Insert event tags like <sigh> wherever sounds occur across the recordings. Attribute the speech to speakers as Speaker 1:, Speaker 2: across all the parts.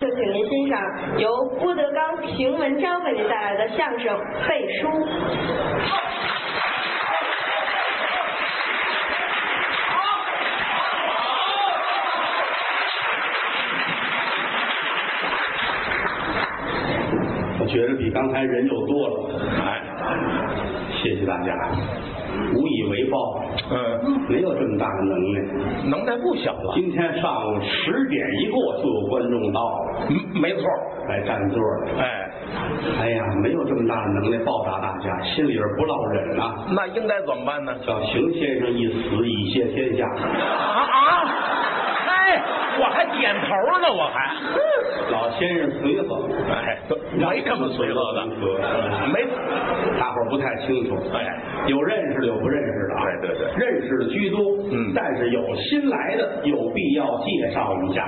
Speaker 1: 雪梅身上由郭德纲评文章为您带来的相声《背书》。
Speaker 2: 我觉得比刚才人又多了，哎，谢谢大家，无以为报，
Speaker 3: 嗯，
Speaker 2: 没有这么大的能耐。
Speaker 3: 能耐不小了。
Speaker 2: 今天上午十点一过就有观众到了，
Speaker 3: 嗯，没错。
Speaker 2: 来占座了。
Speaker 3: 哎，
Speaker 2: 哎呀，没有这么大的能耐报答大家，心里边不落忍啊。
Speaker 3: 那应该怎么办呢？
Speaker 2: 小邢先生一死，以谢天下。
Speaker 3: 啊啊！嗨、我还点头呢，我还。
Speaker 2: 老先生随和，
Speaker 3: 哎，没这么随和的，没。
Speaker 2: 大伙儿不太清楚。
Speaker 3: 哎，
Speaker 2: 有认识的，有不认识的啊。
Speaker 3: 对对对
Speaker 2: 认识的居多。
Speaker 3: 嗯
Speaker 2: 但是有新来的，有必要介绍一下。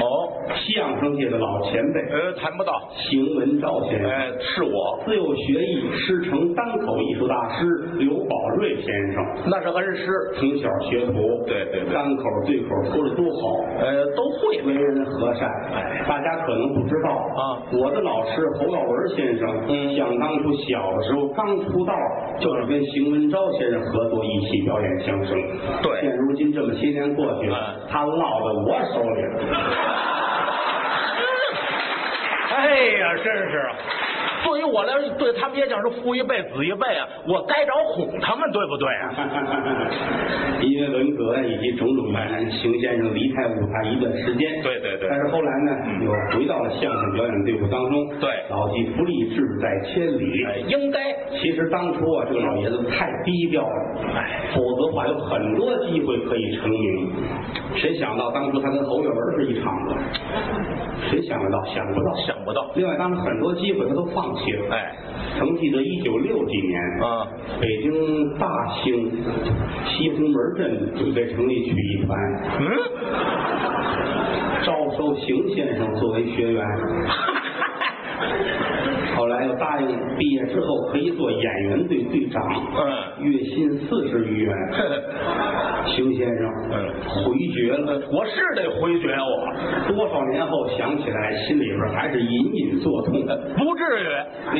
Speaker 3: 哦，
Speaker 2: 相声界的老前辈，
Speaker 3: 呃，谈不到。
Speaker 2: 邢文昭先生，
Speaker 3: 哎，是我，
Speaker 2: 自幼学艺，师承单口艺术大师刘宝瑞先生，
Speaker 3: 那是恩师。
Speaker 2: 从小学徒，
Speaker 3: 对对对
Speaker 2: 单口对口说的都好。
Speaker 3: 呃，都会。
Speaker 2: 为人和善，哎大家可能不知道
Speaker 3: 啊
Speaker 2: 我的老师侯耀文先生，
Speaker 3: 嗯
Speaker 2: 想当初小的时候刚出道，就是跟邢文昭先生合作一起表演相声。
Speaker 3: 对
Speaker 2: 现如今这么些年过去了
Speaker 3: 嗯，
Speaker 2: 他落到我手里了。
Speaker 3: <laughs> 哎呀，真是啊！对于我来说，对他们也讲是父一辈子一辈啊，我该着哄他们，对不对啊？
Speaker 2: 因为文革以及种种原因，邢先生离开舞台一段时间。
Speaker 3: 对对对
Speaker 2: 但是后来呢，又回到了相声表演队伍当中。
Speaker 3: 对
Speaker 2: 老骥伏枥，志在千里。
Speaker 3: 哎，应该。
Speaker 2: 其实当初啊，这个老爷子太低调了，
Speaker 3: 哎，
Speaker 2: 否则的话有很多机会可以成名。谁想到当初他跟侯耀文是一场的？谁想得到？想不到。
Speaker 3: 想不到。
Speaker 2: 另外，当时很多机会他都放弃了。
Speaker 3: 哎，
Speaker 2: 曾记得一九六几年，
Speaker 3: 啊，
Speaker 2: 北京大兴西红门镇准备成立曲艺团，
Speaker 3: 嗯，
Speaker 2: 招收邢先生作为学
Speaker 3: <laughs>
Speaker 2: 员。后来又答应毕业之后可以做演员队队长，
Speaker 3: 嗯，
Speaker 2: 月薪四十余
Speaker 3: <laughs>
Speaker 2: 元。邢先生，
Speaker 3: 嗯呃
Speaker 2: 回绝了。
Speaker 3: 我是得回绝我，
Speaker 2: 多少年后想起来，心里边还是隐隐作痛。
Speaker 3: 不至于。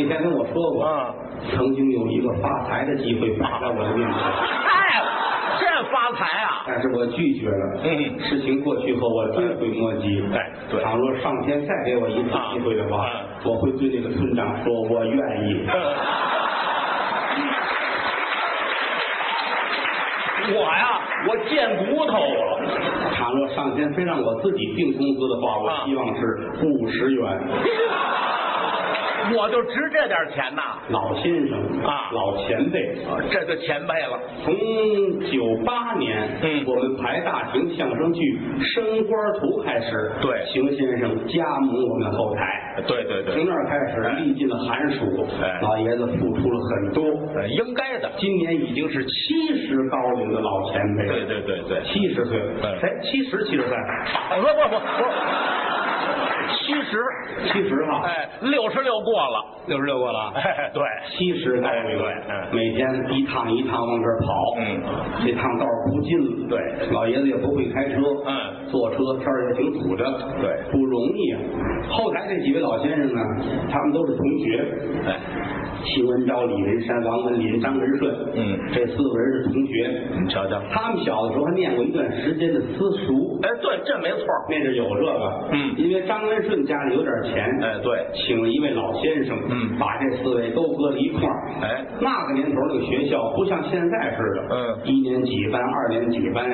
Speaker 2: 那天跟我说过，
Speaker 3: 啊
Speaker 2: 曾经有一个发财的机会摆在我的面前，
Speaker 3: 嗨、哎这发财啊！
Speaker 2: 但是我拒绝了。
Speaker 3: 嗯
Speaker 2: 事情过去后，我追悔莫及。
Speaker 3: 哎对
Speaker 2: 倘若上天再给我一次机会的话，
Speaker 3: 啊啊
Speaker 2: 我会对那个村长说，我愿意。
Speaker 3: <laughs> 我呀，我贱骨头了。
Speaker 2: 倘若上天非让我自己定工资的话，我
Speaker 3: 啊
Speaker 2: 希望是五十元。
Speaker 3: 啊我就值这点钱呐，
Speaker 2: 老先生
Speaker 3: 啊
Speaker 2: 老前辈，
Speaker 3: 这就前辈了。
Speaker 2: 从九八年，
Speaker 3: 嗯
Speaker 2: 我们排大型相声剧《升官图》开始，
Speaker 3: 对
Speaker 2: 邢先生加盟我们后台，
Speaker 3: 对对
Speaker 2: 从那儿开始历尽了寒暑，
Speaker 3: 哎
Speaker 2: 老爷子付出了很多。
Speaker 3: 呃应该的。
Speaker 2: 今年已经是七十高龄的老前辈，
Speaker 3: 对，对对对。
Speaker 2: 七十岁，
Speaker 3: 嗯
Speaker 2: 哎，七十七十三，
Speaker 3: 哎，不不不不，七十，
Speaker 2: 七十哈，
Speaker 3: 哎，六十六过了，
Speaker 2: 六十六过了
Speaker 3: 哎，对，
Speaker 2: 七十高龄，
Speaker 3: 对嗯
Speaker 2: 每天一趟一趟往这儿跑，
Speaker 3: 嗯，
Speaker 2: 这趟道儿不近了，
Speaker 3: 对
Speaker 2: 老爷子也不会开车，
Speaker 3: 嗯，
Speaker 2: 坐车天儿也挺堵着，
Speaker 3: 对
Speaker 2: 不容易啊。后台这几位老先生呢，他们都是同学，
Speaker 3: 哎，
Speaker 2: 齐文昭、李文山、王文林、张文顺，
Speaker 3: 嗯
Speaker 2: 这四个人是同学，
Speaker 3: 你瞧哎瞧，
Speaker 2: 他们小的时候还念过一段时间的私塾，
Speaker 3: 哎，对，这没错，
Speaker 2: 那是有这个，
Speaker 3: 嗯
Speaker 2: 因为张文顺家里有点钱，
Speaker 3: 哎，对，
Speaker 2: 请了一位老先生，
Speaker 3: 嗯
Speaker 2: 把这四位都搁在一块儿。
Speaker 3: 哎，
Speaker 2: 那个年头那个学校不像现在似的，
Speaker 3: 嗯
Speaker 2: 一年级班、二年级班、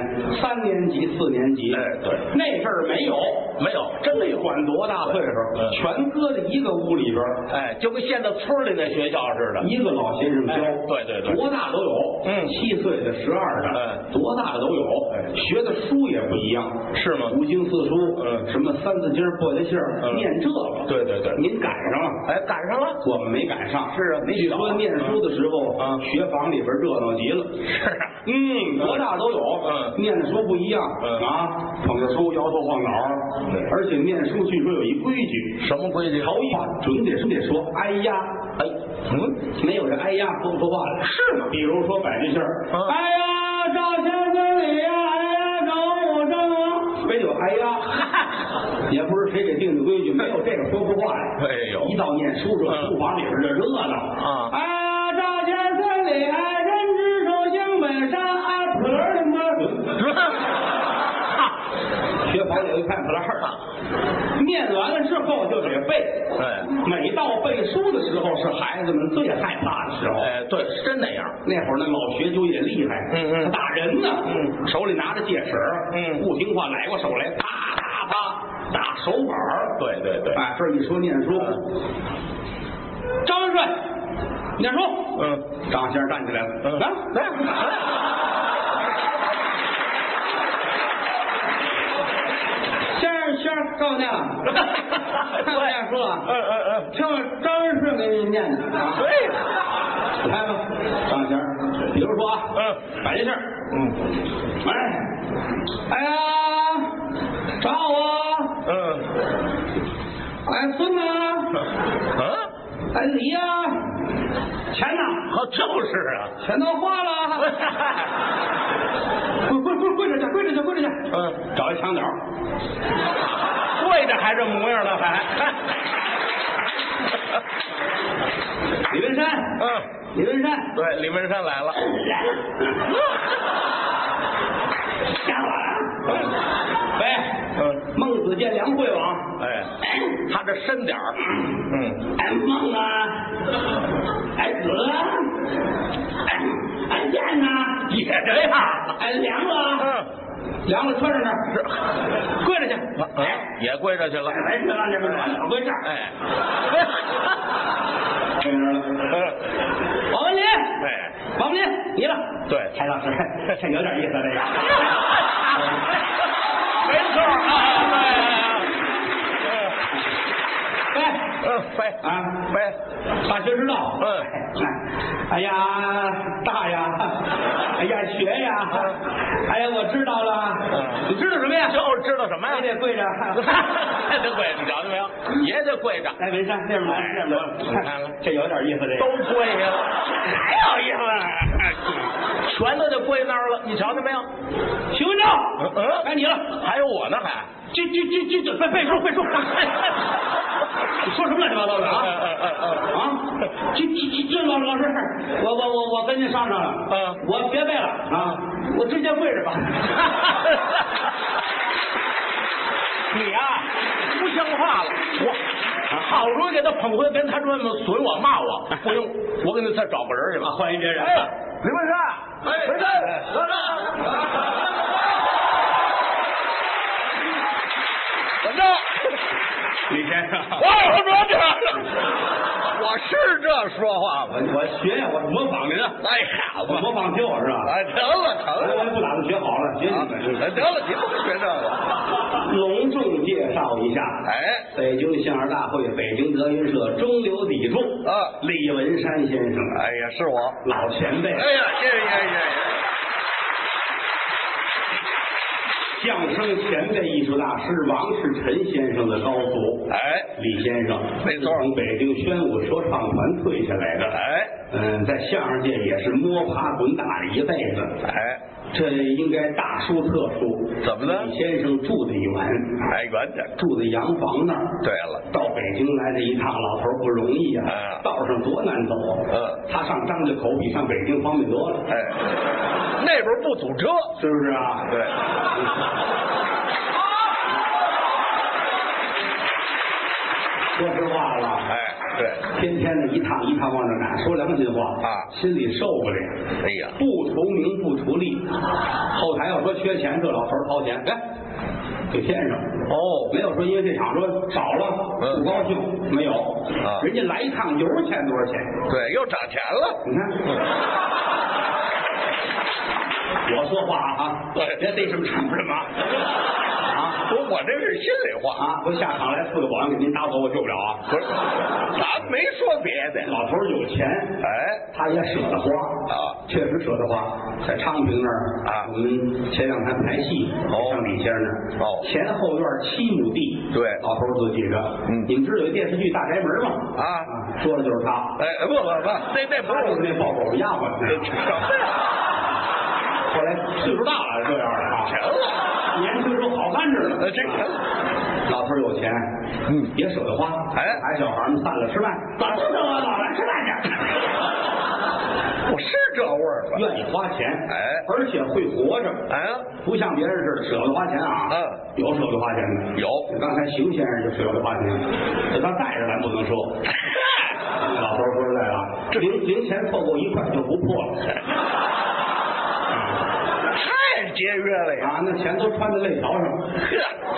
Speaker 2: 三年级、四年级，
Speaker 3: 哎对，
Speaker 2: 那阵儿没有，
Speaker 3: 没有，
Speaker 2: 真没管多大岁数，
Speaker 3: 嗯
Speaker 2: 全搁在一个屋里边儿，
Speaker 3: 哎，就跟现在村里那学校似的，
Speaker 2: 一个老先生教，
Speaker 3: 哎对对对
Speaker 2: 多大都有，
Speaker 3: 嗯
Speaker 2: 七岁的、十二的，
Speaker 3: 嗯
Speaker 2: 多大的都有，
Speaker 3: 哎
Speaker 2: 学的书也不一样，
Speaker 3: 是吗
Speaker 2: 五经四书，
Speaker 3: 嗯
Speaker 2: 什么三字经、破家信儿，
Speaker 3: 嗯
Speaker 2: 念这个，
Speaker 3: 对对对
Speaker 2: 您赶上了，
Speaker 3: 哎，赶上 <laughs> 了，
Speaker 2: 我们没赶上，
Speaker 3: 是啊
Speaker 2: 据说念书的时候
Speaker 3: 啊
Speaker 2: 学房里边热闹极了，
Speaker 3: 是啊，
Speaker 2: 嗯，多大都有，
Speaker 3: 嗯
Speaker 2: 念的书不一样，
Speaker 3: 嗯
Speaker 2: 啊，捧着书摇头晃脑，
Speaker 3: 对
Speaker 2: 而且念书据说有一规矩，
Speaker 3: 什么规矩？
Speaker 2: 头一话准得准得说，哎呀，
Speaker 3: 哎，嗯，
Speaker 2: 没有这哎呀说不出话来，
Speaker 3: 是吗？
Speaker 2: 比如说摆这事儿，
Speaker 3: 嗯
Speaker 2: 哎呀，赵先生你呀，哎呀，找我这啊，谁有哎呀，也不是谁给定的规矩，没有这个说不话呀。
Speaker 3: 哎呦
Speaker 2: 一到念书这
Speaker 3: 嗯
Speaker 2: 书房里边这热闹
Speaker 3: 啊
Speaker 2: 啊，赵钱三里哎，人之首江本山啊，普儿他妈准。
Speaker 3: 是吧？
Speaker 2: 学好有一看谱儿，念完了之后就得背。
Speaker 3: 哎
Speaker 2: 每到背书的时候是孩子们最害怕的时候。
Speaker 3: 哎，对，是真那样。
Speaker 2: 那会儿那老学究也厉害，
Speaker 3: 嗯嗯
Speaker 2: 他打人呢，
Speaker 3: 嗯
Speaker 2: 手里拿着戒尺，
Speaker 3: 嗯
Speaker 2: 不听话来过手来，啪啪啪打手板儿，
Speaker 3: 对对对，
Speaker 2: 哎，这一说念书，张元帅念书，
Speaker 3: 嗯，
Speaker 2: 张先生站起来了，
Speaker 3: 嗯
Speaker 2: 来来先生先生，赵念了，
Speaker 3: <laughs>
Speaker 2: 看我念书了啊，
Speaker 3: 嗯嗯
Speaker 2: 听我张元顺给您念的
Speaker 3: 嗯，
Speaker 2: 啊。
Speaker 3: 对，
Speaker 2: 来吧，张先生，比如说啊，
Speaker 3: 嗯
Speaker 2: 摆件事儿，
Speaker 3: 嗯
Speaker 2: 哎，哎呀，找我，
Speaker 3: 嗯
Speaker 2: 哎，孙呐，
Speaker 3: 嗯，
Speaker 2: 哎，梨呀，钱呐，
Speaker 3: 好，哦就是啊。
Speaker 2: 钱都花了，跪跪跪跪着去，跪着去，跪着去，
Speaker 3: <laughs> 嗯，
Speaker 2: 找一墙角，
Speaker 3: 跪着还这模样了，还，
Speaker 2: 李文山，
Speaker 3: 嗯，
Speaker 2: 李文山，
Speaker 3: 对，李文山来了，
Speaker 2: 吓我了，喂，
Speaker 3: 嗯，
Speaker 2: 孟子见梁惠王，
Speaker 3: 哎，他这深点儿，嗯，
Speaker 2: 哎，孟啊，哎子啊，哎哎燕呐，
Speaker 3: 也这样，
Speaker 2: 哎凉了啊，
Speaker 3: 嗯，
Speaker 2: 凉了，穿上这，跪着去，
Speaker 3: 嗯，也跪着去了，
Speaker 2: 来去了，这边来，我跪这儿，
Speaker 3: 哎，
Speaker 2: 这边了，王文林，
Speaker 3: 哎，
Speaker 2: 王文林，你了，
Speaker 3: 对，
Speaker 2: 蔡老师， <laughs> 这有点意思，这
Speaker 3: 没错啊，对
Speaker 2: 个，
Speaker 3: 啊，
Speaker 2: 哎，
Speaker 3: 嗯，拜
Speaker 2: 啊，
Speaker 3: 拜，
Speaker 2: 大学之道，
Speaker 3: 嗯
Speaker 2: 哎呀，大呀，哎呀，学呀，哎呀，我知道了，
Speaker 3: 嗯
Speaker 2: 你知道什么呀？
Speaker 3: 就知道什么
Speaker 2: 也
Speaker 3: 呀？
Speaker 2: 得 <laughs> 跪着。
Speaker 3: 得跪着，你瞧见没有？也得跪着，
Speaker 2: 来，文山，这边来，哎这边来，
Speaker 3: 你看看
Speaker 2: 这有点意思，这
Speaker 3: 都
Speaker 2: 个。
Speaker 3: 跪下了，还有意思，全都得跪那儿了，你瞧见没有？
Speaker 2: 徐文正，
Speaker 3: 嗯嗯，
Speaker 2: 该你了，
Speaker 3: 还有我呢，还
Speaker 2: 这这这这这背背书背书，哎你说什么乱七八糟的
Speaker 3: 嗯
Speaker 2: 啊？
Speaker 3: 嗯嗯嗯，
Speaker 2: 啊，这这这这老老师，我我我我跟您商量了，
Speaker 3: 嗯
Speaker 2: 我别背了啊，我直接跪着吧。
Speaker 3: <laughs> 你呀、不像话
Speaker 2: 啊
Speaker 3: 了！我好不容易给他捧回来，跟他这么损我骂
Speaker 2: <laughs>
Speaker 3: 我，不用，我给你再找个人去吧，欢迎别人。哎，李文
Speaker 2: 啊
Speaker 3: 山，哎，文山，文山，文山，
Speaker 2: 李先生，
Speaker 3: 我
Speaker 2: 哎
Speaker 3: 有什么这？我是这说话吗？
Speaker 2: 我哎我学呀，我模仿您啊，
Speaker 3: 哎呀，
Speaker 2: 我模仿旧是吧？
Speaker 3: 哎，得了，成
Speaker 2: 我我也不打算学好了，学你们。
Speaker 3: 啊哎得了，你不学这个。
Speaker 2: 隆重介绍一下，
Speaker 3: 哎，
Speaker 2: 北京相声大会北京德云社中流砥柱
Speaker 3: 啊
Speaker 2: 李文山先生，
Speaker 3: 哎呀，是我。
Speaker 2: 老前辈，
Speaker 3: 哎呀，谢谢谢谢。
Speaker 2: 相声前辈艺术大师王世臣先生的高徒。
Speaker 3: 哎
Speaker 2: 李先生，
Speaker 3: 没错
Speaker 2: 是从北京宣武说唱团退下来的，
Speaker 3: 哎
Speaker 2: 嗯，在相声界也是摸爬滚打了一辈子，
Speaker 3: 哎，
Speaker 2: 这应该大书特书。
Speaker 3: 怎么哎呢
Speaker 2: 李先生住的远，
Speaker 3: 还远点。
Speaker 2: 住在洋房那儿。
Speaker 3: 对了，
Speaker 2: 到北京来这一趟，老头儿不容易啊，
Speaker 3: 啊
Speaker 2: 道上多难走。啊
Speaker 3: 嗯，
Speaker 2: 他上张家口比上北京方便多了，
Speaker 3: 哎，那边不堵车。
Speaker 2: 是不是啊？
Speaker 3: 对，
Speaker 2: 说实话了，
Speaker 3: 哎对，
Speaker 2: 天天的一趟一趟往那赶，说良心话
Speaker 3: 啊
Speaker 2: 心里受不了。
Speaker 3: 哎呀，
Speaker 2: 不图名不图利，后台要说缺钱，这老头儿掏钱，哎，给添上。
Speaker 3: 哦，
Speaker 2: 没有说因为这场说少了
Speaker 3: 嗯
Speaker 2: 不高兴，没有
Speaker 3: 啊
Speaker 2: 人家来一趟油钱多少钱？
Speaker 3: 对，又涨钱了。
Speaker 2: 你
Speaker 3: 嗯
Speaker 2: 看，我说话啊，
Speaker 3: 对
Speaker 2: 别逮什么唱什么啊
Speaker 3: 我我这是心里话，
Speaker 2: 啊！不下场来四个保安给您打走，我救不了啊！
Speaker 3: 不是，咱没说别的。
Speaker 2: 老头儿有钱，
Speaker 3: 哎，
Speaker 2: 他也舍得花
Speaker 3: 啊，
Speaker 2: 确实舍得花。在昌平那儿
Speaker 3: 啊
Speaker 2: 我们前两天排戏，
Speaker 3: 哦
Speaker 2: 上李先生那儿，
Speaker 3: 哦
Speaker 2: 前后院七亩地，
Speaker 3: 对
Speaker 2: 老头儿自己的。
Speaker 3: 嗯
Speaker 2: 你们知道有电视剧《大宅门》吗？
Speaker 3: 啊
Speaker 2: 说的就是他，
Speaker 3: 哎，不不不，那那不
Speaker 2: 他就是
Speaker 3: 是
Speaker 2: 那抱狗丫鬟。
Speaker 3: 哎
Speaker 2: <laughs> 后来岁数大了，这样的啊，
Speaker 3: <laughs> 成了。
Speaker 2: 年岁数好看着呢
Speaker 3: 呃，真
Speaker 2: 啊老头儿有钱，
Speaker 3: 嗯
Speaker 2: 也舍得花，
Speaker 3: 哎啊
Speaker 2: 孩小孩儿们散了吃饭，走走走，老来吃饭
Speaker 3: 我是这味儿
Speaker 2: 去，
Speaker 3: 吗？
Speaker 2: 愿意花钱，
Speaker 3: 哎
Speaker 2: 而且会活着，
Speaker 3: 哎，
Speaker 2: 不像别人似的舍不得花钱啊，
Speaker 3: 嗯
Speaker 2: 有舍不得花钱的，
Speaker 3: 有
Speaker 2: 刚才邢先生就舍不得花钱，这他带着咱不能说。老头儿说实在的啊，零零钱凑够一块就不破
Speaker 3: <laughs>
Speaker 2: 了
Speaker 3: 太节约了呀！
Speaker 2: 啊，那钱都穿在肋条上，
Speaker 3: 呵，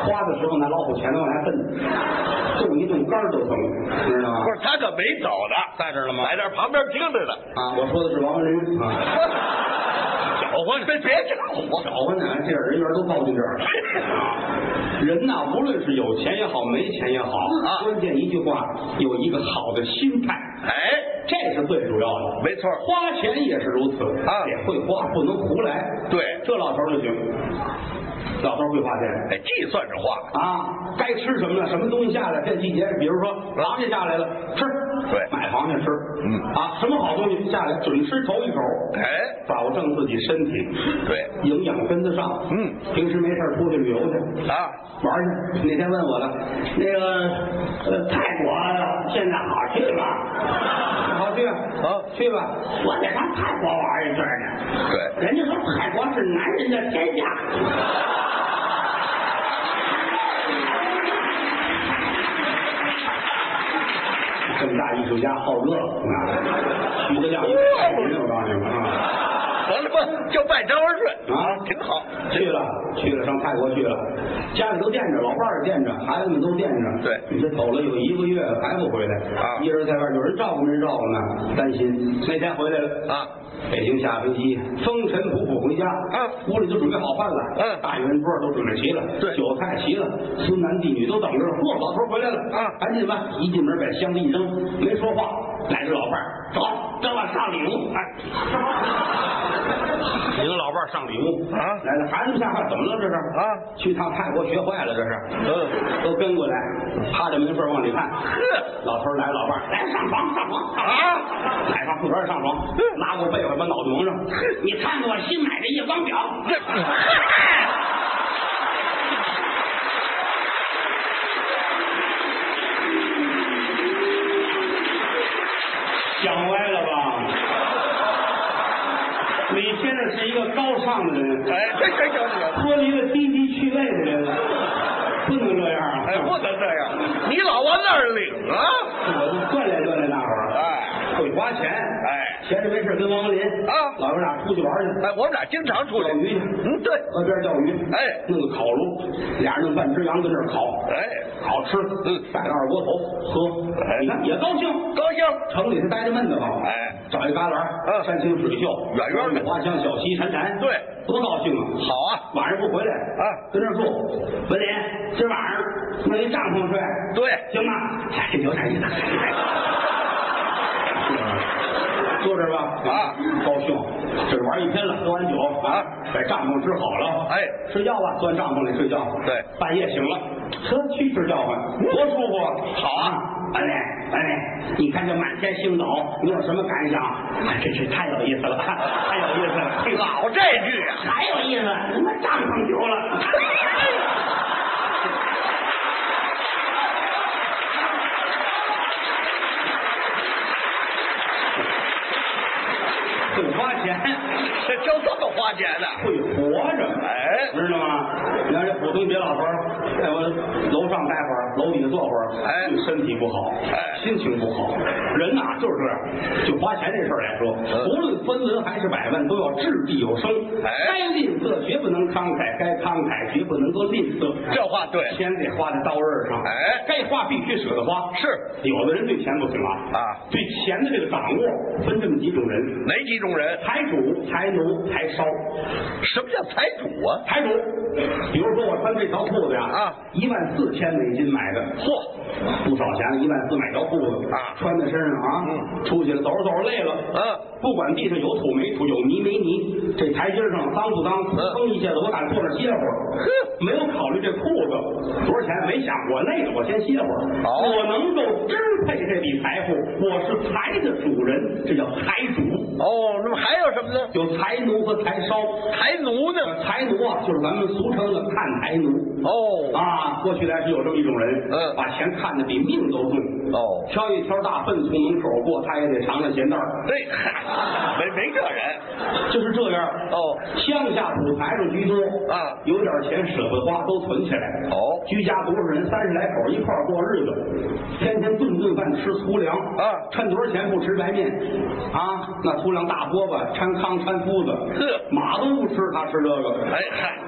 Speaker 2: 花的时候那老虎钳子往下蹬，动一动杆儿都疼，知道吗
Speaker 3: 不？是他可没走呢，在这儿了吗？在这儿旁边听着呢。
Speaker 2: 啊，我说的是王文云啊，
Speaker 3: 搅和，别别搅和，
Speaker 2: 找吧呢，这人缘都报进这儿了。
Speaker 3: <laughs>
Speaker 2: 啊人呐，无论是有钱也好，没钱也好，
Speaker 3: 啊
Speaker 2: 关键一句话，有一个好的心态，
Speaker 3: 哎，
Speaker 2: 这是最主要的。
Speaker 3: 没错儿
Speaker 2: 花钱也是如此
Speaker 3: 啊
Speaker 2: 也会花，不能胡来。
Speaker 3: 对
Speaker 2: 这老头儿就行，老头儿会花钱。
Speaker 3: 哎，计算着花，
Speaker 2: 啊，该吃什么了？什么东西下来？这季节，比如说螃蟹下来了，吃，
Speaker 3: 对
Speaker 2: 买螃蟹吃，
Speaker 3: 嗯
Speaker 2: 啊，什么好东西下来，准吃头一口，
Speaker 3: 哎，
Speaker 2: 保证自己身体
Speaker 3: 对，
Speaker 2: 营养跟得上。
Speaker 3: 嗯，
Speaker 2: 平时没事儿出去旅游去。
Speaker 3: 啊，
Speaker 2: 玩去，那天问我了，那个呃泰国现在好去吗？好去
Speaker 3: 啊
Speaker 2: 去吧！我在上泰国玩一阵儿呢。
Speaker 3: 对，
Speaker 2: 人家说泰国是男人的天下。这么大艺术家好这个啊，徐德亮一百人，我告诉你们啊，
Speaker 3: 完了吧，就拜张文顺
Speaker 2: 啊
Speaker 3: 挺好。
Speaker 2: 去了去了，上泰国去了，家里都惦着，老伴儿也惦着，孩子们都惦着。
Speaker 3: 对
Speaker 2: 你这走了有一个月还不回来
Speaker 3: 啊
Speaker 2: 一人在外有人照顾没人照顾呢，担心。那天回来了
Speaker 3: 啊，
Speaker 2: 北京下飞机，风尘仆仆回家。
Speaker 3: 啊
Speaker 2: 屋里都准备好饭了。
Speaker 3: 嗯
Speaker 2: 大圆桌都准备齐了，
Speaker 3: 对
Speaker 2: 酒菜齐了，孙男弟女都等着了。嚯，老头儿回来了
Speaker 3: 啊
Speaker 2: 赶紧吧！一进门把箱子一扔，没说话，来着老伴儿，走，咱俩上礼物。哎，领老伴儿上礼物
Speaker 3: 啊
Speaker 2: 来了，孩子们下饭，怎么了这是？
Speaker 3: 啊
Speaker 2: 去趟泰国学坏了这是。
Speaker 3: 嗯，
Speaker 2: 都跟过来，趴着门缝往里看。
Speaker 3: 呵
Speaker 2: 老头儿来，老伴儿来上床上床
Speaker 3: 啊！嗯
Speaker 2: 来上裤衩上床，拉过被窝把脑袋蒙上。你看看我新买的夜光表，
Speaker 3: 这嗨
Speaker 2: 想歪了吧？李先生是一个高尚的人，
Speaker 3: 哎，这这这这，
Speaker 2: 脱离了低级趣味的人，不能这样啊！
Speaker 3: 哎，不能这样，你老往那儿领啊，
Speaker 2: 我就锻炼锻炼大伙儿，
Speaker 3: 哎
Speaker 2: 会花钱，
Speaker 3: 哎
Speaker 2: 闲着没事跟王文林
Speaker 3: 啊
Speaker 2: 老爷俩出去玩去，
Speaker 3: 哎，我们俩经常出去
Speaker 2: 钓，鱼去，
Speaker 3: 嗯，对，
Speaker 2: 河边钓鱼，
Speaker 3: 哎
Speaker 2: 弄个烤炉，俩人弄半只羊跟这儿烤，
Speaker 3: 哎，
Speaker 2: 好吃，
Speaker 3: 嗯
Speaker 2: 带个二锅头喝，
Speaker 3: 哎
Speaker 2: 你看也高兴。
Speaker 3: 高兴，
Speaker 2: 城里头待着闷得慌，
Speaker 3: 哎，
Speaker 2: 找一旮旯，
Speaker 3: 嗯
Speaker 2: 山清水秀，
Speaker 3: 远远的
Speaker 2: 花香小溪潺潺，
Speaker 3: 对，
Speaker 2: 多高兴啊！
Speaker 3: 好啊，
Speaker 2: 晚上不回来
Speaker 3: 啊
Speaker 2: 跟这儿住。文林，今晚上弄一帐篷睡，
Speaker 3: 对，
Speaker 2: 行吗？哎，有点意思。坐这儿吧，
Speaker 3: 啊，
Speaker 2: 高兴，这玩一天了，喝完酒
Speaker 3: 啊，
Speaker 2: 把帐篷支好了，
Speaker 3: 哎
Speaker 2: 睡觉吧，钻帐篷里睡觉。
Speaker 3: 对，
Speaker 2: 半夜醒了，呵，去睡觉吧，多舒服啊！
Speaker 3: 好啊，
Speaker 2: 文林，文林，你看这满天星斗，你有什么感想？哎，真是太有意思了， <laughs> 太有意思了，嘿
Speaker 3: 老这句啊。
Speaker 2: 还有意思，他妈帐篷丢 <laughs> 了。会花钱，
Speaker 3: 这就这么花钱的？
Speaker 2: 会活着，
Speaker 3: 哎
Speaker 2: 知道吗？你要这普通别老头儿，哎，我楼上待会儿，楼底下坐会儿，
Speaker 3: 哎
Speaker 2: 身体不好，
Speaker 3: 哎
Speaker 2: 心情不好，人呐就是这样。就花钱这事儿来说，
Speaker 3: 嗯
Speaker 2: 无论分文还是百万，都要掷地有声，
Speaker 3: 哎
Speaker 2: 该吝啬绝不能慷慨，该慷慨绝不能够吝啬。
Speaker 3: 这话对，
Speaker 2: 钱得花在刀刃上，
Speaker 3: 哎
Speaker 2: 该花必须舍得花。
Speaker 3: 是
Speaker 2: 有的人对钱不行啊，
Speaker 3: 啊
Speaker 2: 对钱的这个掌握分这么几种人：
Speaker 3: 哪几种人？
Speaker 2: 财主、财奴、财烧。
Speaker 3: 什么叫财主啊？
Speaker 2: 财主，比如说我穿这条裤子呀，
Speaker 3: 啊，
Speaker 2: 一万四千美金买的，嚯，不少钱了，一万四买条裤子
Speaker 3: 啊
Speaker 2: 穿在身上啊，出去了走着走着累了，
Speaker 3: 嗯，
Speaker 2: 不管地上有土没土，有泥没泥，这台阶上脏不脏，
Speaker 3: 嗯
Speaker 2: 蹭一下子，我敢坐那儿歇会儿。
Speaker 3: 哼，
Speaker 2: 没有考虑这裤子多少钱，没想我累了，我先歇会儿。
Speaker 3: 好
Speaker 2: 我能够支配这笔财富，我是财的主人，这叫财主。
Speaker 3: 哦，那么还有什么呢？
Speaker 2: 有财奴和财烧，
Speaker 3: 财奴呢？
Speaker 2: 财奴啊，就是咱们俗称的看台奴。
Speaker 3: 哦
Speaker 2: 啊，过去来是有这么一种人，
Speaker 3: 嗯
Speaker 2: 把钱看得比命都重，
Speaker 3: 哦，
Speaker 2: 挑一挑大粪从门口过，他也得尝尝咸淡儿，
Speaker 3: 对， <laughs> 嗨，没没这人
Speaker 2: 就是这样。
Speaker 3: 哦
Speaker 2: 乡下土财主居多
Speaker 3: 啊
Speaker 2: 有点钱舍不得花，都存起来。
Speaker 3: 哦
Speaker 2: 居家多少人？三十来口一块儿过日子，天天顿顿饭吃粗粮
Speaker 3: 啊
Speaker 2: 趁多少钱不吃白面啊？那粗粮大锅巴掺糠掺麸子，
Speaker 3: 呵，
Speaker 2: 马都不吃，他吃这个。
Speaker 3: 哎嗨，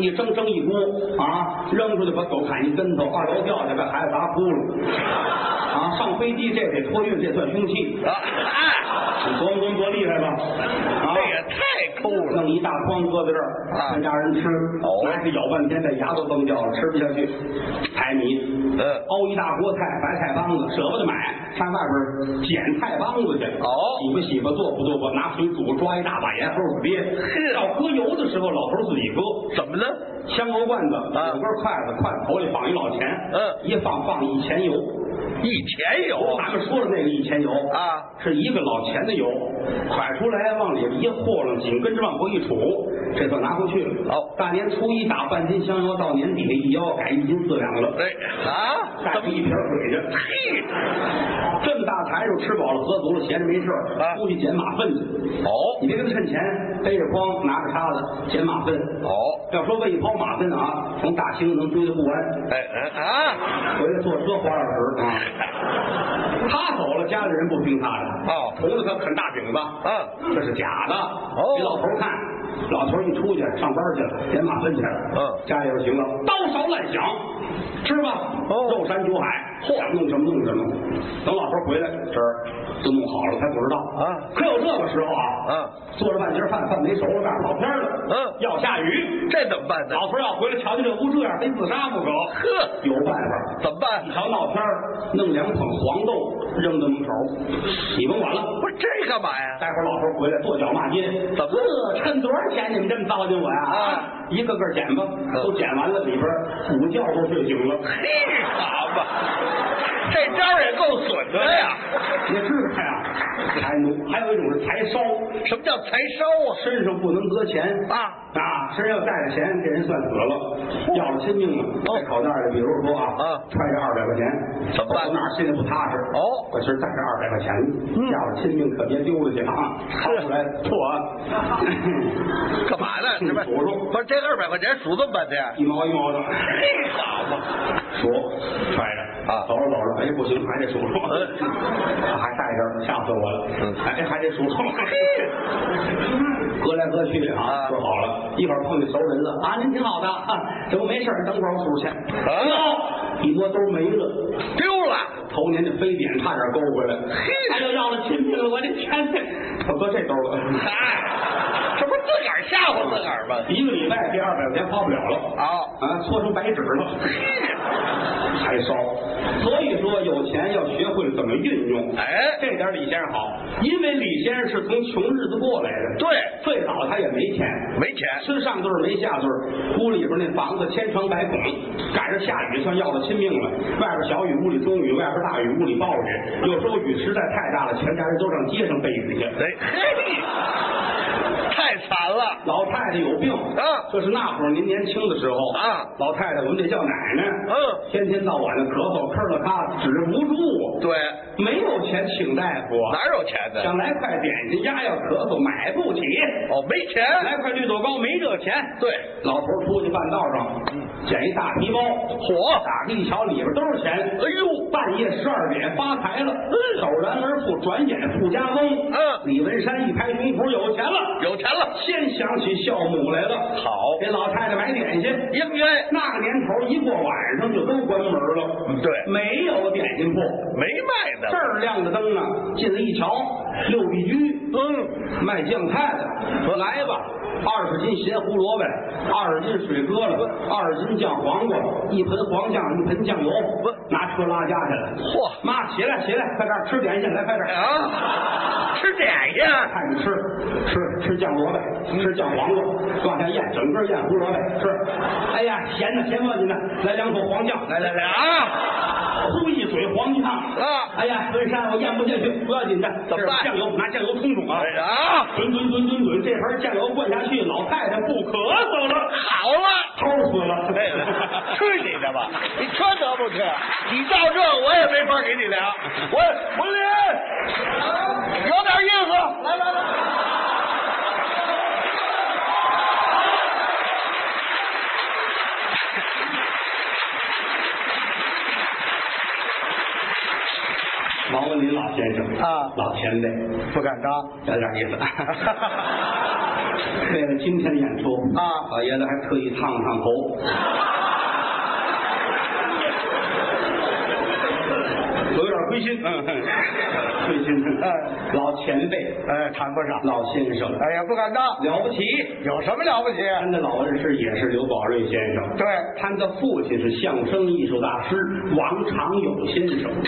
Speaker 2: 一蒸蒸一锅啊，扔出去把狗砍一跟头，二楼掉下来把孩子砸秃噜啊！上飞机这得托运，这算凶器，
Speaker 3: 啊，哎，
Speaker 2: 你琢磨琢磨多厉害吧？啊，
Speaker 3: 这也太抠了，
Speaker 2: 弄一大筐搁在这儿，
Speaker 3: 哎啊
Speaker 2: 全家人吃，
Speaker 3: 哦
Speaker 2: 拿着咬半天，这牙都崩掉了，吃不下去，排米，
Speaker 3: 嗯
Speaker 2: 熬一大锅菜，白菜帮子，舍不得买，上外边捡菜帮子去。
Speaker 3: 哦
Speaker 2: 洗吧洗吧，做吧做吧，拿水煮，抓一大把盐，齁死憋。到搁油的时候，老头儿自己搁。
Speaker 3: 怎么了？
Speaker 2: 香油罐子，
Speaker 3: 啊
Speaker 2: 有根筷子，筷子头里放一老钱，
Speaker 3: 嗯
Speaker 2: 一放放一钱油，
Speaker 3: 以前有
Speaker 2: 咱们说的那个一钱油
Speaker 3: 啊，
Speaker 2: 是一个老钱的油，蒯出来往里一和了，紧跟着往回一杵，这算拿回去了。
Speaker 3: 哦
Speaker 2: 大年初一打半斤香油，到年底一腰改一斤四两了，
Speaker 3: 哎啊，
Speaker 2: 带
Speaker 3: 怎
Speaker 2: 着
Speaker 3: 么
Speaker 2: 一瓶水去。
Speaker 3: 嘿？
Speaker 2: 这么大财主吃饱了喝足了，闲着没事儿
Speaker 3: 啊
Speaker 2: 出去捡马粪去。
Speaker 3: 哦
Speaker 2: 你别跟他趁钱，背着筐拿着叉子捡马粪。
Speaker 3: 哦，
Speaker 2: 要说喂一泡马粪啊，从大兴能追到固安，
Speaker 3: 哎哎啊，
Speaker 2: 回来坐车花俩时啊。他走了，家里人不听他的。
Speaker 3: 哦
Speaker 2: 同着他啃大饼子，
Speaker 3: 嗯
Speaker 2: 这是假的。
Speaker 3: 哦
Speaker 2: 给老头儿看，老头儿一出去上班去了，捡马粪去了。
Speaker 3: 嗯
Speaker 2: 家里边行了，刀勺乱响，吃吧。
Speaker 3: 哦
Speaker 2: 肉山酒海，嚯，弄什么弄什么。等老头儿回来，这儿都弄好了，他不知道
Speaker 3: 啊
Speaker 2: 可有这个时候啊，
Speaker 3: 嗯，
Speaker 2: 做了半截饭，饭没熟了，外边跑天儿了，
Speaker 3: 嗯
Speaker 2: 要下雨。
Speaker 3: 这怎么办呢？
Speaker 2: 老头儿要回来，瞧见这屋这样，非自杀不可。
Speaker 3: 呵，
Speaker 2: 有办法，
Speaker 3: 怎么办
Speaker 2: 一？条闹天儿，弄两捧黄豆扔到门口儿，你甭管了。
Speaker 3: 不是这干嘛呀？
Speaker 2: 待会儿老头儿回来跺脚骂街，
Speaker 3: 怎么
Speaker 2: 呵趁多少钱你们这么糟践我呀？
Speaker 3: 啊，
Speaker 2: 一个个捡吧，都捡完了，里边儿午觉都睡醒了。
Speaker 3: 嘿，好吧，这招儿也够损的
Speaker 2: <laughs>
Speaker 3: 呀！
Speaker 2: 你知道呀，财奴还有一种是财烧，
Speaker 3: 什么叫财烧啊？
Speaker 2: 身上不能搁钱
Speaker 3: 啊，
Speaker 2: 啊，身上带着钱，这人算死了，要了亲命了。在口袋里，比如说啊，
Speaker 3: 哦啊
Speaker 2: 揣着二百块钱，
Speaker 3: 怎么办
Speaker 2: 走哪儿心里不踏实？
Speaker 3: 哦嗯
Speaker 2: 我今儿带着二百块钱，要了亲命可别丢了去啊！掏出来吐
Speaker 3: <laughs>
Speaker 2: 啊，
Speaker 3: 干嘛呢？这不
Speaker 2: 数数
Speaker 3: 不是这二百块钱数这么半天？
Speaker 2: 一毛一毛的
Speaker 3: 嘿，好
Speaker 2: <laughs>
Speaker 3: 嘛，
Speaker 2: 数，揣着
Speaker 3: 啊
Speaker 2: 走着走着，哎，不行，还得数数，还带着，吓死我了
Speaker 3: 哎嗯，
Speaker 2: 哎，还得数数。隔来隔去啊，
Speaker 3: 啊
Speaker 2: 说好了，一会儿碰见熟人了啊，您挺好的，啊这不没事儿，等会儿我数去。
Speaker 3: 啊
Speaker 2: 一摸兜没了，
Speaker 3: 丢了，
Speaker 2: 头年这非典差点勾回来，
Speaker 3: 嘿
Speaker 2: 哎呦，要了亲命了，我这钱我搁这兜了。 <laughs>
Speaker 3: 哎，这不是自个儿吓唬自个儿吗？
Speaker 2: 一个礼拜这二百块钱花不了了
Speaker 3: 啊，
Speaker 2: 啊，搓成白纸
Speaker 3: <laughs>
Speaker 2: 了，还烧。所以说，有钱要学会怎么运用。
Speaker 3: 哎，
Speaker 2: 这点李先生好，因为李先生是从穷日子过来的，
Speaker 3: 对，
Speaker 2: 最早他也没钱，
Speaker 3: 没钱，
Speaker 2: 吃上顿儿没下顿儿，屋里边那房子千疮百孔，赶上下雨算要了亲命了。外边小雨，屋里中雨；外边大雨，屋里暴雨。有时候雨实在太大了，全家人都上街上背雨去。
Speaker 3: 哎，嘿， <laughs> 太惨了
Speaker 2: 老太太有病
Speaker 3: 啊
Speaker 2: 这是那会儿您年轻的时候
Speaker 3: 啊！
Speaker 2: 老太太，我们得叫奶奶。
Speaker 3: 嗯，
Speaker 2: 天天到晚的咳嗽，咳了咔，止不住，
Speaker 3: 对，
Speaker 2: 没有钱请大夫啊。
Speaker 3: 哪有钱呢？
Speaker 2: 想来块点心，丫要咳嗽买不起，
Speaker 3: 哦，没钱，
Speaker 2: 来块绿豆糕没这钱。
Speaker 3: 对，
Speaker 2: 老头儿出去半道上捡一大皮包，
Speaker 3: 火，
Speaker 2: 打开一瞧，里边都是钱。
Speaker 3: 哎呦，
Speaker 2: 半夜十二点发财了，陡然而富，转眼富家翁。
Speaker 3: 嗯
Speaker 2: 李文山一拍胸脯，有钱了，
Speaker 3: 有钱了，
Speaker 2: 先想起孝母来了，
Speaker 3: 好，
Speaker 2: 给老太太买点心。
Speaker 3: 应该嗯
Speaker 2: 那个年头，一过晚上就都关门了，
Speaker 3: 对
Speaker 2: 没有点心铺。
Speaker 3: 没卖
Speaker 2: 这
Speaker 3: 的，
Speaker 2: 儿亮着灯呢，啊进来一瞧，六必居，
Speaker 3: 嗯，
Speaker 2: 卖酱菜的，来吧，二十斤咸胡萝卜，二十斤水疙瘩，二十斤酱黄瓜，一盆黄酱，一盆酱油，拿车拉家去了。
Speaker 3: 嚯，
Speaker 2: 妈，起来起来，快点儿吃点心，来快点儿，
Speaker 3: 啊，吃点心啊，
Speaker 2: 看着吃，吃吃酱萝卜，吃酱黄瓜，往下咽，整个咽胡萝卜吃。哎呀，咸的咸忘你呢，来两口黄酱，来来来，
Speaker 3: 啊
Speaker 2: 呼一嘴黄酱。
Speaker 3: 啊，
Speaker 2: 哎呀，文山，我咽不下去，不要紧的，
Speaker 3: 怎么办
Speaker 2: 这是酱油，拿酱油冲冲啊。
Speaker 3: 哎啊，
Speaker 2: 滚滚滚滚滚，这盆酱油灌下去，老太太不咳嗽了。
Speaker 3: 好了。
Speaker 2: 齁死了。
Speaker 3: 对了，吃你的吧！你这得不吃？你照这我也没法给你量。我文林，有点意思，来来来。
Speaker 2: <laughs> 王文林老先生
Speaker 3: 啊
Speaker 2: 老前辈，
Speaker 3: 不敢当。
Speaker 2: 有点意思。
Speaker 3: <laughs>
Speaker 2: 为了今天的演出
Speaker 3: 啊
Speaker 2: 老爷子还特意烫了烫头。我有点亏心，嗯，亏心。
Speaker 3: 嗯
Speaker 2: 老前辈，
Speaker 3: 哎，谈不上。
Speaker 2: 老先生，
Speaker 3: 哎呀，不敢当，
Speaker 2: 了不起。
Speaker 3: 有什么了不起？
Speaker 2: 他的老恩师也是刘宝瑞先生，
Speaker 3: 对
Speaker 2: 他的父亲是相声艺术大师王长友先生，
Speaker 3: 对， <laughs>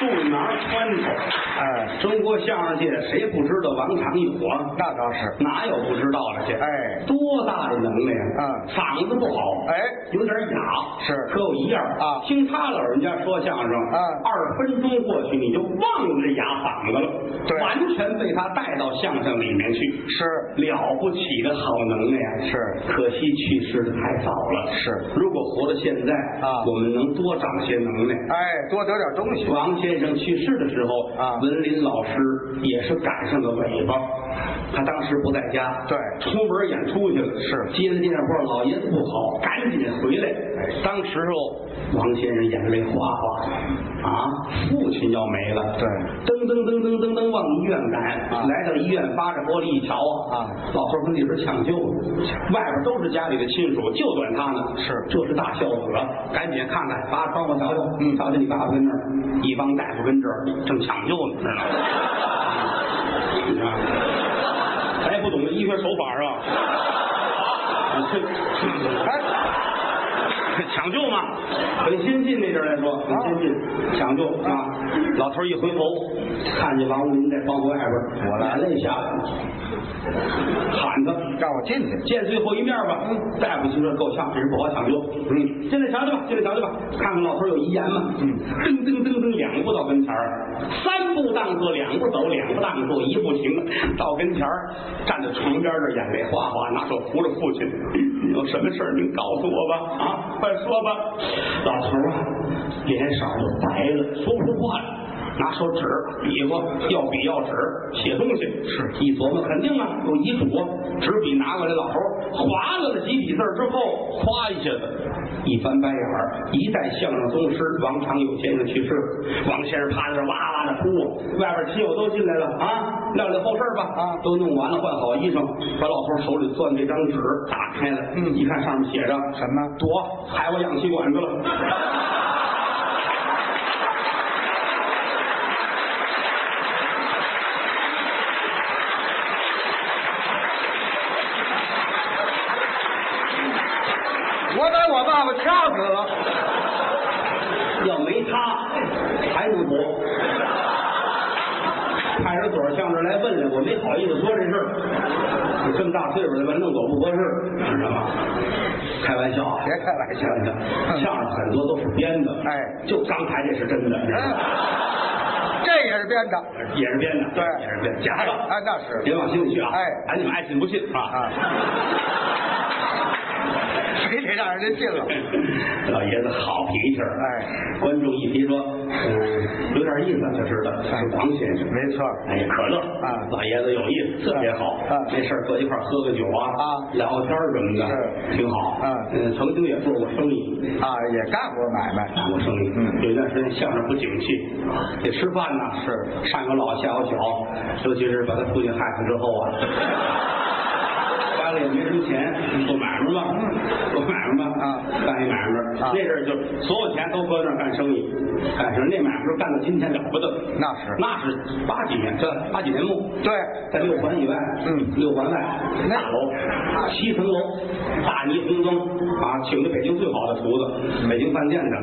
Speaker 2: 肚腩宽敞。
Speaker 3: 哎，
Speaker 2: 中国相声界谁不知道王长友啊？
Speaker 3: 那倒是。
Speaker 2: 哪有不知道的去？
Speaker 3: 哎
Speaker 2: 多大的能耐啊！
Speaker 3: 嗯
Speaker 2: 嗓子不好，
Speaker 3: 哎
Speaker 2: 有点哑，
Speaker 3: 是
Speaker 2: 可有一样
Speaker 3: 啊
Speaker 2: 听他老人家说相声，
Speaker 3: 嗯
Speaker 2: 二分钟过去你就忘了这哑嗓子了，
Speaker 3: 对
Speaker 2: 完全被他带到相声里面去，
Speaker 3: 是
Speaker 2: 了不起的好能耐呀！
Speaker 3: 是，
Speaker 2: 可惜去世的太早了。
Speaker 3: 是，
Speaker 2: 如果活到现在
Speaker 3: 啊
Speaker 2: 我们能多长些能耐。
Speaker 3: 哎，多得点东西。
Speaker 2: 王先生去世的时候
Speaker 3: 啊
Speaker 2: 文林老师也是赶上个尾巴，他当时不在家，
Speaker 3: 对
Speaker 2: 出门演出去了，
Speaker 3: 是
Speaker 2: 接了电话，老爷子不好，赶紧回来。当时候王先生眼泪哗哗，啊，父亲要没了，
Speaker 3: 对
Speaker 2: 噔噔噔噔噔噔往医院赶，
Speaker 3: 啊
Speaker 2: 来到医院扒着玻璃一瞧啊
Speaker 3: 啊，
Speaker 2: 老头儿跟里边抢救呢，外边都是家里的亲属，就短他呢，
Speaker 3: 是
Speaker 2: 这是大孝子，赶紧看看，扒窗户瞧瞧，嗯，瞧瞧你爸爸跟那儿，一帮大夫跟这儿正抢救
Speaker 3: 嗯
Speaker 2: <laughs> 呢，知道吗？你看，咱哎也不懂得医学手法啊 <laughs> 是吧？ <laughs> 抢救嘛，很先进那阵儿来说，很先进，抢救啊！老头儿一回头，看见王武林在窗户外边儿，
Speaker 3: 我
Speaker 2: 来
Speaker 3: 来
Speaker 2: 泪下来了，喊他
Speaker 3: 让我进去。
Speaker 2: 见最后一面吧。嗯，大夫就说够呛，这人不好抢救。嗯，进来瞧瞧吧，进来瞧瞧吧，看看老头有遗言吗？嗯，噔噔噔噔，两步到跟前儿，三步当做两步走，两步当做一步行，到跟前儿站在床边这儿，眼泪哗哗，拿手扶着父亲，你有什么事儿您告诉我吧，啊，快说吧。老头儿啊，脸色儿就白了，说不出话来。拿手指比划，要笔要纸写东西，是一琢磨肯定啊有遗嘱啊，纸笔拿过来，老头儿划拉了几笔字儿之后，咵一下子一翻白眼儿，一代相声宗师王长友先生去世，王先生趴在这儿哇哇的哭，外边亲友都进来了啊，料理后事儿吧啊，都弄完了，换好衣裳，把老头儿手里攥那张纸打开了，嗯，一看上面写着
Speaker 3: 什么？
Speaker 2: 躲海沃氧气管 <laughs> 子了。
Speaker 3: 我把我爸爸掐死了。
Speaker 2: 要没他还能活。派出所向这儿来问来，我没好意思说这事儿。你这么大岁数了，问弄走不合适，知道吗？开玩笑啊，
Speaker 3: 别开玩笑
Speaker 2: 真的
Speaker 3: 嗯
Speaker 2: 相声很多都是编的，
Speaker 3: 哎
Speaker 2: 就刚才这是真的，知道吗
Speaker 3: 嗯，这也是编的。
Speaker 2: 也是编的，
Speaker 3: 嗯对
Speaker 2: 也是编的，假的，
Speaker 3: 哎那是
Speaker 2: 别往心里去啊，
Speaker 3: 哎
Speaker 2: 哎，你们爱信不信
Speaker 3: 啊，谁得让人家进了？
Speaker 2: 老爷子好脾气儿，
Speaker 3: 哎，
Speaker 2: 观众一提说，嗯，有点意思就知道
Speaker 3: 哎
Speaker 2: 是王先生，
Speaker 3: 没错
Speaker 2: 哎呀，可乐
Speaker 3: 啊
Speaker 2: 老爷子有意思，特别好，
Speaker 3: 啊
Speaker 2: 没事儿坐一块儿喝个酒啊，
Speaker 3: 啊
Speaker 2: 聊聊天儿什么的，
Speaker 3: 是
Speaker 2: 挺好，
Speaker 3: 嗯
Speaker 2: 嗯，曾经也做过生意，
Speaker 3: 啊，也干过买卖。
Speaker 2: 干过生意，
Speaker 3: 嗯
Speaker 2: 有一段时间相声不景气，得吃饭呐，
Speaker 3: 是
Speaker 2: 上有老下有小，尤其是把他父亲害死之后啊，家里也没什么钱，做买卖吧，做买卖吧，
Speaker 3: 嗯啊
Speaker 2: 干一买卖，
Speaker 3: 啊
Speaker 2: 那阵儿就所有钱都搁那儿干生意，干生意那买卖干到今天了不得，
Speaker 3: 那是
Speaker 2: 那是八几年，这八几年末，
Speaker 3: 对，
Speaker 2: 在六环以外，
Speaker 3: 嗯
Speaker 2: 六环外
Speaker 3: 那
Speaker 2: 大楼，啊七层楼，大霓虹灯啊，请的北京最好的厨子，北京饭店的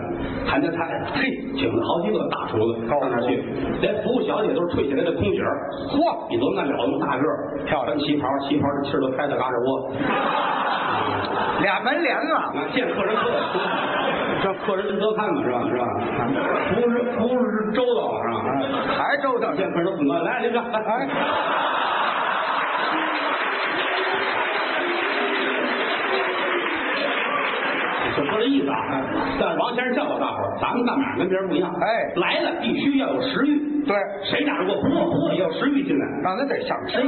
Speaker 2: 韩家菜，嘿，请了好几个大厨子
Speaker 3: 高
Speaker 2: 上那儿去，连服务小姐都是退下来的空姐儿，
Speaker 3: 嚯，
Speaker 2: 你多那了那么大个儿，
Speaker 3: 漂亮
Speaker 2: 穿旗袍，旗袍的气儿都开到嘎吱窝，
Speaker 3: 俩门帘了。
Speaker 2: 那见客人客气，让客人多看嘛，是吧？是吧？服务是服务是周到，啊是吧？
Speaker 3: 还周到
Speaker 2: 见客人都很高兴，来林哥，来。
Speaker 3: 哎，
Speaker 2: 就说这意思啊。但是王先生教导大伙儿，咱们干嘛跟别人不一样？
Speaker 3: 哎
Speaker 2: 来了必须要有食欲。
Speaker 3: 对
Speaker 2: 谁哪儿过不饿不饿也要食欲进来。
Speaker 3: 那那得想吃。
Speaker 2: 哎，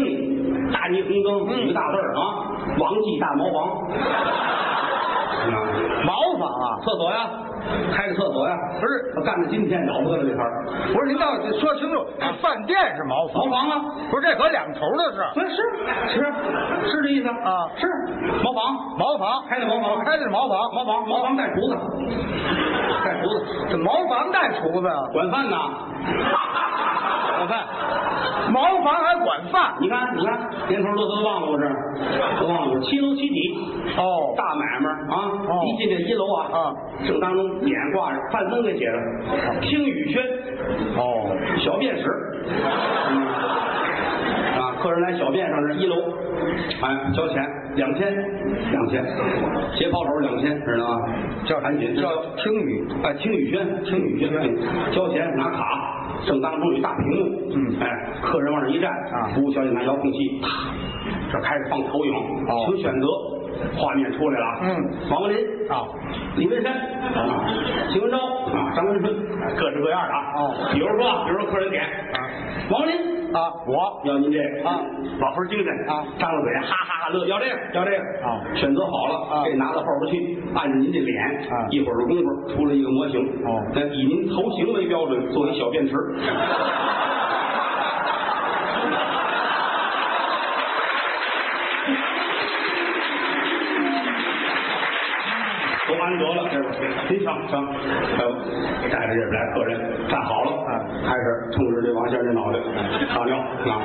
Speaker 2: 大泥红灯几个大字儿啊，
Speaker 3: 嗯
Speaker 2: 王记大毛王。啊
Speaker 3: 毛发啊，
Speaker 2: 厕所呀，开个厕所呀，
Speaker 3: 不是
Speaker 2: 我干到今天了不得了这摊儿，
Speaker 3: 不是您倒是说清楚，这饭店是
Speaker 2: 茅
Speaker 3: 毛房，
Speaker 2: 房啊，
Speaker 3: 不是这可两头的事，
Speaker 2: 对，是哎是是这意思
Speaker 3: 啊
Speaker 2: 是茅房，
Speaker 3: 茅房
Speaker 2: 开的茅房，
Speaker 3: 开的是茅房，
Speaker 2: 茅房茅房带厨子，带厨子
Speaker 3: 这茅房带厨子啊，
Speaker 2: 管饭呢，管饭。
Speaker 3: 茅房还管饭
Speaker 2: 你看，你看，年头都都忘了不是？都忘了，七楼七底，
Speaker 3: 哦
Speaker 2: 大买卖啊！
Speaker 3: 哦
Speaker 2: 一进这一楼啊，
Speaker 3: 啊，
Speaker 2: 正当中脸上挂着范增给写的“听雨轩
Speaker 3: 哦，
Speaker 2: 小便室”，啊，客人来小便上这一楼，哎，交钱两千，两千，斜炮手两千，知道吗？
Speaker 3: 叫
Speaker 2: 赶紧
Speaker 3: 叫听雨，
Speaker 2: 哎，听雨轩，听雨轩，哎交钱拿卡。正当中有一大屏幕，
Speaker 3: 嗯
Speaker 2: 哎，客人往这一站，
Speaker 3: 啊
Speaker 2: 服务小姐拿遥控器，啪，这开始放投影，
Speaker 3: 哦
Speaker 2: 请选择，画面出来了啊，
Speaker 3: 嗯
Speaker 2: 王文林
Speaker 3: 啊，
Speaker 2: 李文山啊，邢文昭啊，张文春，各式各样的啊，
Speaker 3: 哎哦
Speaker 2: 比如说啊，比如说客人点，王文林
Speaker 3: 啊，我
Speaker 2: 要您这个
Speaker 3: 啊，
Speaker 2: 老头儿精神
Speaker 3: 啊
Speaker 2: 张着嘴哈哈哈乐，要这个，要这个
Speaker 3: 啊
Speaker 2: 选择好了
Speaker 3: 啊
Speaker 2: 这拿到后边去，按着您这脸
Speaker 3: 啊
Speaker 2: 一会儿的功夫出来一个模型
Speaker 3: 哦
Speaker 2: 那以您头型为标准做一小便池，多安得了，这边您上上，还有带着这边来客人站好了，开始冲着这王先生这脑袋撒尿啊！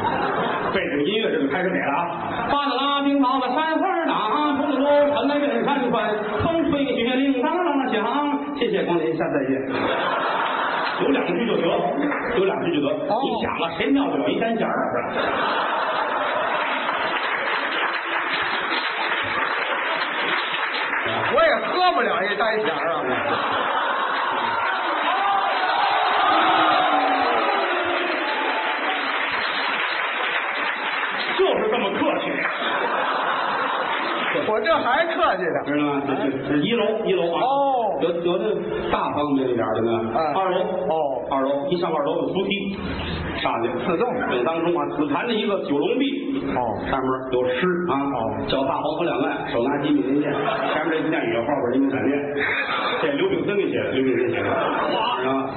Speaker 2: 背景音乐这就开始给了啊！巴啦啦，冰雹的山花打，冲着楼盆来远山宽，风吹雪铃当啷啷响。谢谢光临，下次再见。有两句就得，有两句就得。
Speaker 3: 哦
Speaker 2: 你想啊，谁尿得了一单弦儿啊？是吧？
Speaker 3: 哎我也喝不了这单弦儿啊，
Speaker 2: 就是这么客气。
Speaker 3: 我这还客气呢，
Speaker 2: 知道吗？这这这一楼一楼啊，
Speaker 3: 哎哦
Speaker 2: 有有的大方便一点的呢，
Speaker 3: 哎
Speaker 2: 二楼
Speaker 3: 哦
Speaker 2: 二楼一上二楼有扶梯，上去
Speaker 3: 自动
Speaker 2: 正当中啊，紫檀的一个九龙壁，
Speaker 3: 哦
Speaker 2: 上面有诗啊，
Speaker 3: 哦
Speaker 2: 脚踏黄河两岸，手拿鸡米林剑，前面这一箭雨，后边一柄闪电，这刘炳森给写的，刘炳森写的，知道吗？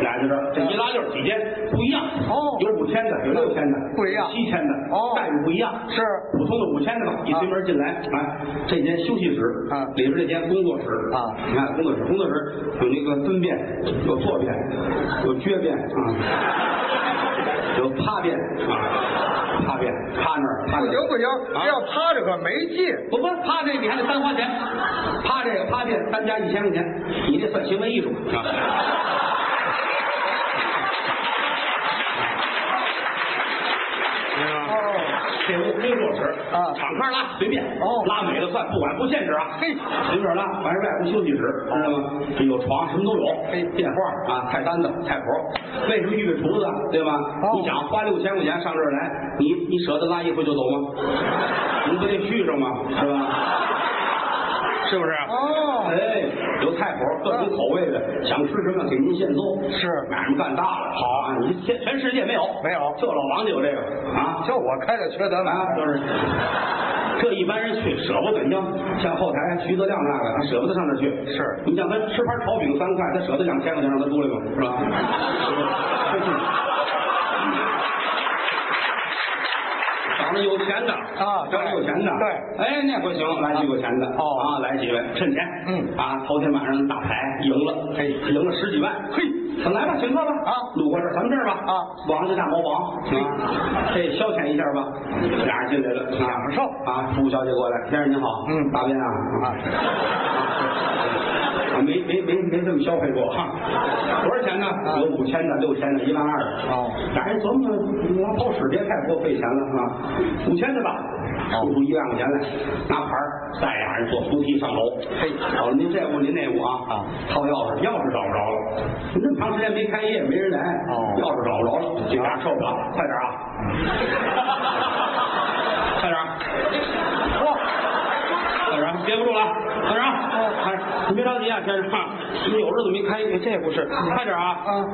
Speaker 2: 俩就这儿，这一拉就是几间，不一样
Speaker 3: 哦
Speaker 2: 有五千的，有六千的，
Speaker 3: 不一样
Speaker 2: 七千的，
Speaker 3: 哦
Speaker 2: 待遇不一样，
Speaker 3: 是
Speaker 2: 普通的五千的吧，一推门进来，啊，这间休息室，
Speaker 3: 啊
Speaker 2: 里边这间工作室，
Speaker 3: 啊
Speaker 2: 你看工作室，工作室有那个蹲便，有坐便，有撅便啊，有趴便啊，趴便趴那儿，趴
Speaker 3: 不
Speaker 2: 那
Speaker 3: 行
Speaker 2: 儿。
Speaker 3: 不行，这要趴着可没劲，
Speaker 2: 不不，趴这个你还得单花钱，趴这个趴这个单加一千块钱，你这算行为艺术啊。
Speaker 3: 哦，
Speaker 2: 这屋工作室
Speaker 3: 啊
Speaker 2: 敞开拉随便
Speaker 3: 哦
Speaker 2: 拉美了算，不管不限制啊，
Speaker 3: 嘿哦
Speaker 2: 随便拉，反正外屋休息室，知道吗？这有床，什么都有，
Speaker 3: 嘿
Speaker 2: 电话啊，菜单子、菜谱，为什么预备厨子啊，对吧？
Speaker 3: 哦
Speaker 2: 你想花六千块钱上这儿来，你你舍得拉一回就走吗？ <laughs> 你不得续上吗？是吧？是不是？
Speaker 3: 哦，嗯
Speaker 2: 哎，有菜谱，各种口味的，想吃什么给您现做。
Speaker 3: 是
Speaker 2: 买卖干大了，好啊！你全全世界没有，
Speaker 3: 没有
Speaker 2: 就老王家有这个啊。
Speaker 3: 就我开的缺德门，
Speaker 2: 啊，就是这一般人去舍不得，你像像后台徐德亮那个，他舍不得上那儿去。
Speaker 3: 是
Speaker 2: 你像他吃盘炒饼三块，他舍得两千块钱让他出来吗？是吧？找那有钱的
Speaker 3: 啊
Speaker 2: 找那有钱的，
Speaker 3: 对，
Speaker 2: 哎，那回行，来几个有钱的，
Speaker 3: 哦
Speaker 2: 啊，来几位，趁钱，
Speaker 3: 嗯
Speaker 2: 啊，头天晚上打牌赢了，嘿，赢了十几万，嘿，咱来吧，请客吧，
Speaker 3: 啊
Speaker 2: 路过这儿，咱们这儿吧，
Speaker 3: 啊
Speaker 2: 王家大毛王，啊，这消遣一下吧，俩人进来了，享受啊，服务小姐过来，先生您好，
Speaker 3: 嗯
Speaker 2: 大便啊，啊啊，没没没没这么消费过哈，多少钱呢？有五千的、六千的、一万二的。
Speaker 3: 啊哦
Speaker 2: 俩人琢磨，拿泡屎别太多费钱了啊，五千的吧，
Speaker 3: 哦
Speaker 2: 抽出一万块钱来，拿牌儿带俩人坐扶梯上楼。嘿，好了，您这屋您那屋啊，
Speaker 3: 啊
Speaker 2: 掏钥匙，钥匙找不着了，你这么长时间没开业，没人来，
Speaker 3: 哦
Speaker 2: 钥匙找不着了，这俩受不了，快点啊，快点啊。
Speaker 3: 嚯，
Speaker 2: 哦大人憋不住了，大人，快点，着急啊，先生，你们有日子没开，这不是，快点啊！啊！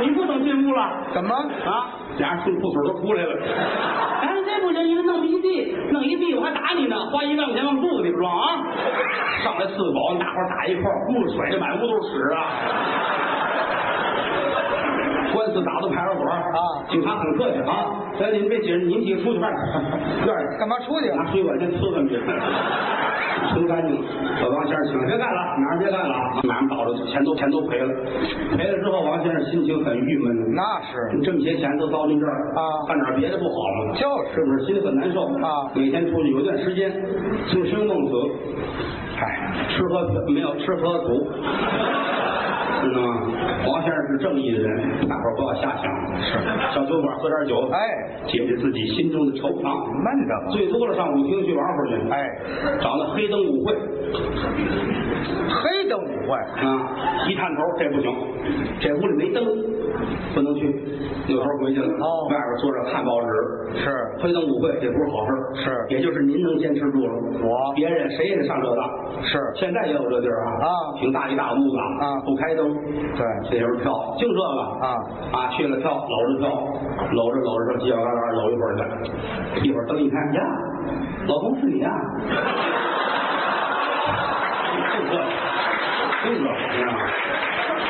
Speaker 2: 你不能进屋了。
Speaker 3: 怎么？
Speaker 2: 啊！俩人顺裤腿都出来了。
Speaker 4: <laughs> 哎，这不行，一个弄一地，弄一地，我还打你呢，花一万块钱往肚子里边装啊！
Speaker 2: 上来四个保安，大伙儿打一块儿，咕噜甩着满屋都是屎啊！官司打到派出所啊，警察很客气啊，来，您别急，您几个出
Speaker 4: <laughs>
Speaker 2: 去外边，院里
Speaker 3: 干嘛出去
Speaker 2: 拿水管先呲他们去，冲干净。把王先生请，别干了，马上别干了啊！马上倒了，钱都钱都赔了，赔了之后，王先生心情很郁闷。
Speaker 3: 那是
Speaker 2: 你这么些钱都糟践这儿
Speaker 3: 啊
Speaker 2: 干点别的不好吗？
Speaker 3: 就是
Speaker 2: 是不是心里很难受
Speaker 3: 啊
Speaker 2: 每天出去有一段时间，醉生梦死，哎，吃喝没有吃喝足，知道吗？王先生是正义的人，大伙儿不要瞎想。是，小酒馆喝点酒，
Speaker 3: 哎，
Speaker 2: 解解自己心中的惆怅。
Speaker 3: 闷着吧？
Speaker 2: 最多了上舞厅去玩会儿去，
Speaker 3: 哎，
Speaker 2: 找那黑灯舞会
Speaker 3: 黑灯舞会
Speaker 2: 啊！一探头，这不行，这屋里没灯，不能去，扭头回去了。
Speaker 3: 哦
Speaker 2: 外边坐着看报纸，
Speaker 3: 是
Speaker 2: 黑灯舞会，这不是好事儿
Speaker 3: 是
Speaker 2: 也就是您能坚持住了，
Speaker 3: 我
Speaker 2: 别人谁也得上这当。
Speaker 3: 是
Speaker 2: 现在也有这地儿啊，
Speaker 3: 啊
Speaker 2: 挺大一大屋子啊
Speaker 3: 啊
Speaker 2: 不开灯，
Speaker 3: 对
Speaker 2: 这时候跳，净这个
Speaker 3: 啊
Speaker 2: 啊，去了跳，搂着跳，搂着搂着上犄角旮旯搂一会儿去，一会儿灯一开，呀，老公是你啊，净这个，净这个，你知道吗？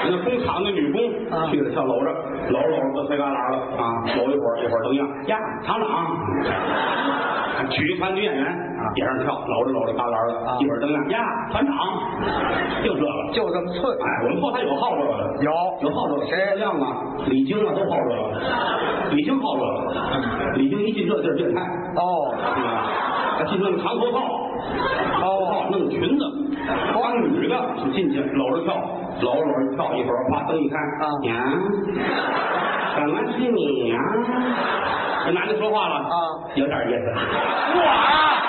Speaker 2: 人家工厂的女工
Speaker 3: 啊
Speaker 2: 去了，跳搂着，搂着搂着到犄旮旯了啊，搂一会儿，一会儿灯亮，呀，厂长，曲艺团女演员
Speaker 3: 啊
Speaker 2: 也让跳，搂着搂着旮旯了，
Speaker 3: 啊
Speaker 2: 一会儿灯亮，呀，团长，净这个，
Speaker 3: 就这么寸，
Speaker 2: 哎，我们后台有好这个的，
Speaker 3: 有
Speaker 2: 有好这个，
Speaker 3: 谁
Speaker 2: 郭亮啊，李菁啊，都好这个，李菁好这个，
Speaker 3: 嗯
Speaker 2: 李菁一进这地儿变态，
Speaker 3: 哦，
Speaker 2: 是吧他进那个长头套，头套弄裙子，
Speaker 3: 哦
Speaker 2: 当女的进去搂着跳，搂着搂着跳一会儿，把灯一开，
Speaker 3: 啊
Speaker 2: 呀，怎么是你呀？这男的说话了
Speaker 3: 啊，
Speaker 2: 有点意思。
Speaker 3: 我啊。